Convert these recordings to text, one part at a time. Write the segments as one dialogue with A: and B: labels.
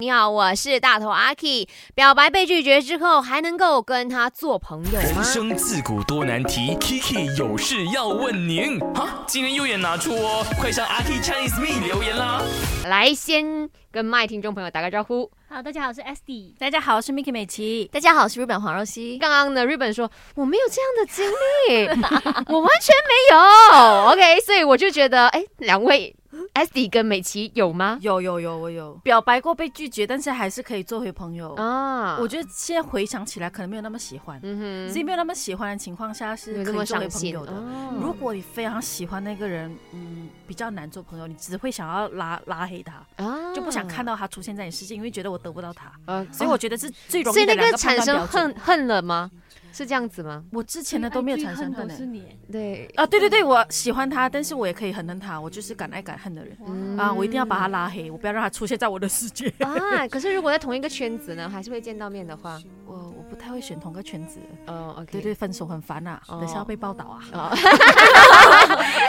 A: 你好，我是大头阿 K。表白被拒绝之后，还能够跟他做朋友吗
B: 人？生自古多难题，Kiki 有事要问您。哈，今天右眼拿出哦，快上阿 K Chinese Me 留言啦。
A: 来，先跟麦听众朋友打个招呼。
C: 好，大家好，我是 SD。大家好，我是 Miki 美琪。
D: 大家好，我是日本黄若曦。
A: 刚刚呢，日本说我没有这样的经 历， 我完全没有。OK，所以我就觉得，哎，两位 S D 跟美琪有吗？
C: 有有有，我有表白过被拒绝，但是还是可以做回朋友。
A: 啊，
C: 我觉得现在回想起来，可能没有那么喜欢。
A: 嗯
C: 所以没有那么喜欢的情况下，
A: 有
C: 是
A: 这
C: 可
A: 么
C: 以做
A: 伤
C: 回朋
A: 心
C: 友的。
A: 哦
C: 如果你非常喜欢那个人，嗯，比较难做朋友，你只会想要拉拉黑他，
A: 啊
C: 就不想看。到他出现在你世界，因为觉得我得不到他。
A: 啊
C: 所以我觉得是最容
A: 所以
C: 易的
A: 那
C: 两
A: 个
C: 个
A: 产
C: 判断
A: 生
C: 标
A: 恨
C: 准。
A: 恨了吗？是这样子吗？
C: 我之前的都没有产
A: 嗯
C: 生恨、
E: 哎
D: 都是
C: 欸。
D: 你，
A: 对，
C: 啊，对对对，我喜欢他，但是我也可以很恨他，我就是敢爱敢恨的人。
A: 嗯
C: 啊，我一定要把他拉黑，我不要让他出现在我的世界。
A: 啊。可是如果在同一个圈子呢，还是会见到面的话，
C: 我我不太会选同个圈子，
A: 哦，OK，
C: 对对，分手很烦啊，
A: 哦
C: 等下要被报道啊。
A: 哦，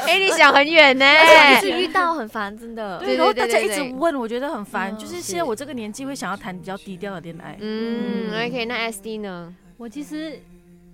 A: 哎，你想很远呢、
D: 而且一直遇到很烦，真的。
A: 对
C: 然后
A: 对
C: 大
A: 对
C: 家一
A: 对
C: 直
A: 对
C: 问，我觉得很烦。
D: 嗯
C: 就是现在我这个年纪会想要谈比较低调的恋爱，
A: 嗯，OK，那 SD 呢？
E: 我其实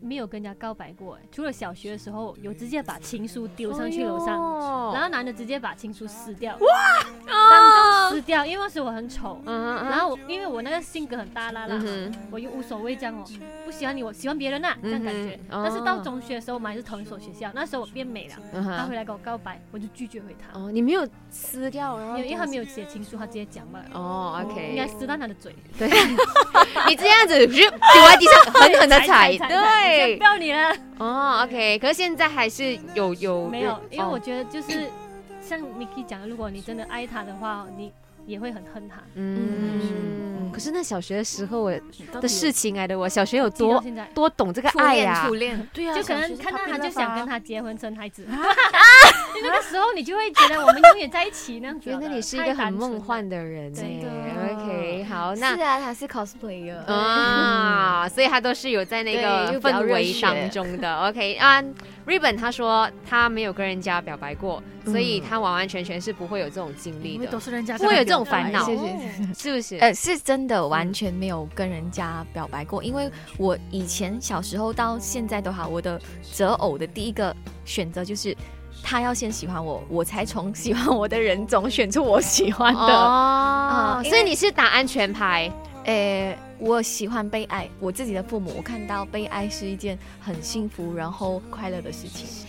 E: 没有跟人家告白过，哎除了小学的时候有直接把情书丢上去楼上，
A: 上
E: 然后男的直接把情书撕掉，哇，当众撕掉，因为那时候我很丑。
A: 嗯
E: 然后我因为我那个性格很大啦啦，
A: 嗯哼
E: 我又无所谓这样哦，不喜欢你，我喜欢别人啊啦，这样感觉。
A: 嗯哼哦
E: 但是到中学的时候，我们还是同一所学校，那时候我变美了，
A: 嗯
E: 他
A: 哼
E: 回来跟我告白，我就拒绝回他，
A: 哦，你没有撕掉，然后
E: 因为因为他没有写情书，他直接讲嘛，
A: 哦
E: 应该
A: ，OK，
E: 撕烂他的嘴，
A: 对， 你这样子就丢在地上，狠狠的踩，
E: 就
A: 对
E: 不，要你了。
A: 哦，OK，可是现在还是有有
E: 没有，因为我
A: 哦
E: 觉得就是像 Miki 讲的，如果你真的爱他的话，你也会很恨他。
A: 嗯，可是那小学的时候
D: 嗯
A: 我
C: 到底
A: 的事情来的，我小学有
E: 记到
A: 多
E: 现在，
A: 多懂这个
D: 初
A: 爱
D: 恋，
A: 呀
D: 嗯初，恋，
C: 对啊，
E: 就可
C: 小
E: 能
C: 学是
E: 看到
C: 怕
E: 他
C: 被
E: 就
C: 认
E: 想
C: 吧
E: 跟。他结婚生孩子， 因为那个时候你就会觉得我们永远在一起那样子。
A: 原来你是一个很梦幻的人呢
E: 真
D: 的。
A: OK，好，那
D: 是啊，他是 cosplayer。
A: 啊，所以他都是有在那
D: 对
A: 个
D: 又比较
A: 氛
D: 热
A: 围
D: 血
A: 当中的。OK 啊，Ribbon 他说他没有跟人家表白过，所以他完完全全是不会有这种经历
C: 因为都
A: 的，
C: 是人家
A: 不会有这种烦恼
D: 谢，
E: 太单纯了。
D: 谢
E: 哦
A: 是不是？
D: 呃，是真的完全没有跟人家表白过，因为我以前小时候到现在都好，我的择偶的第一个选择就是他要先喜欢我，我才从喜欢我的人中选出我喜欢 的。
A: 哦，
D: 啊嗯因
A: 所
D: 为
A: 以你是打安全牌，
D: 诶、呃我喜欢被爱，我自己的父母，我看到被爱是一件很幸福然后快乐的事情。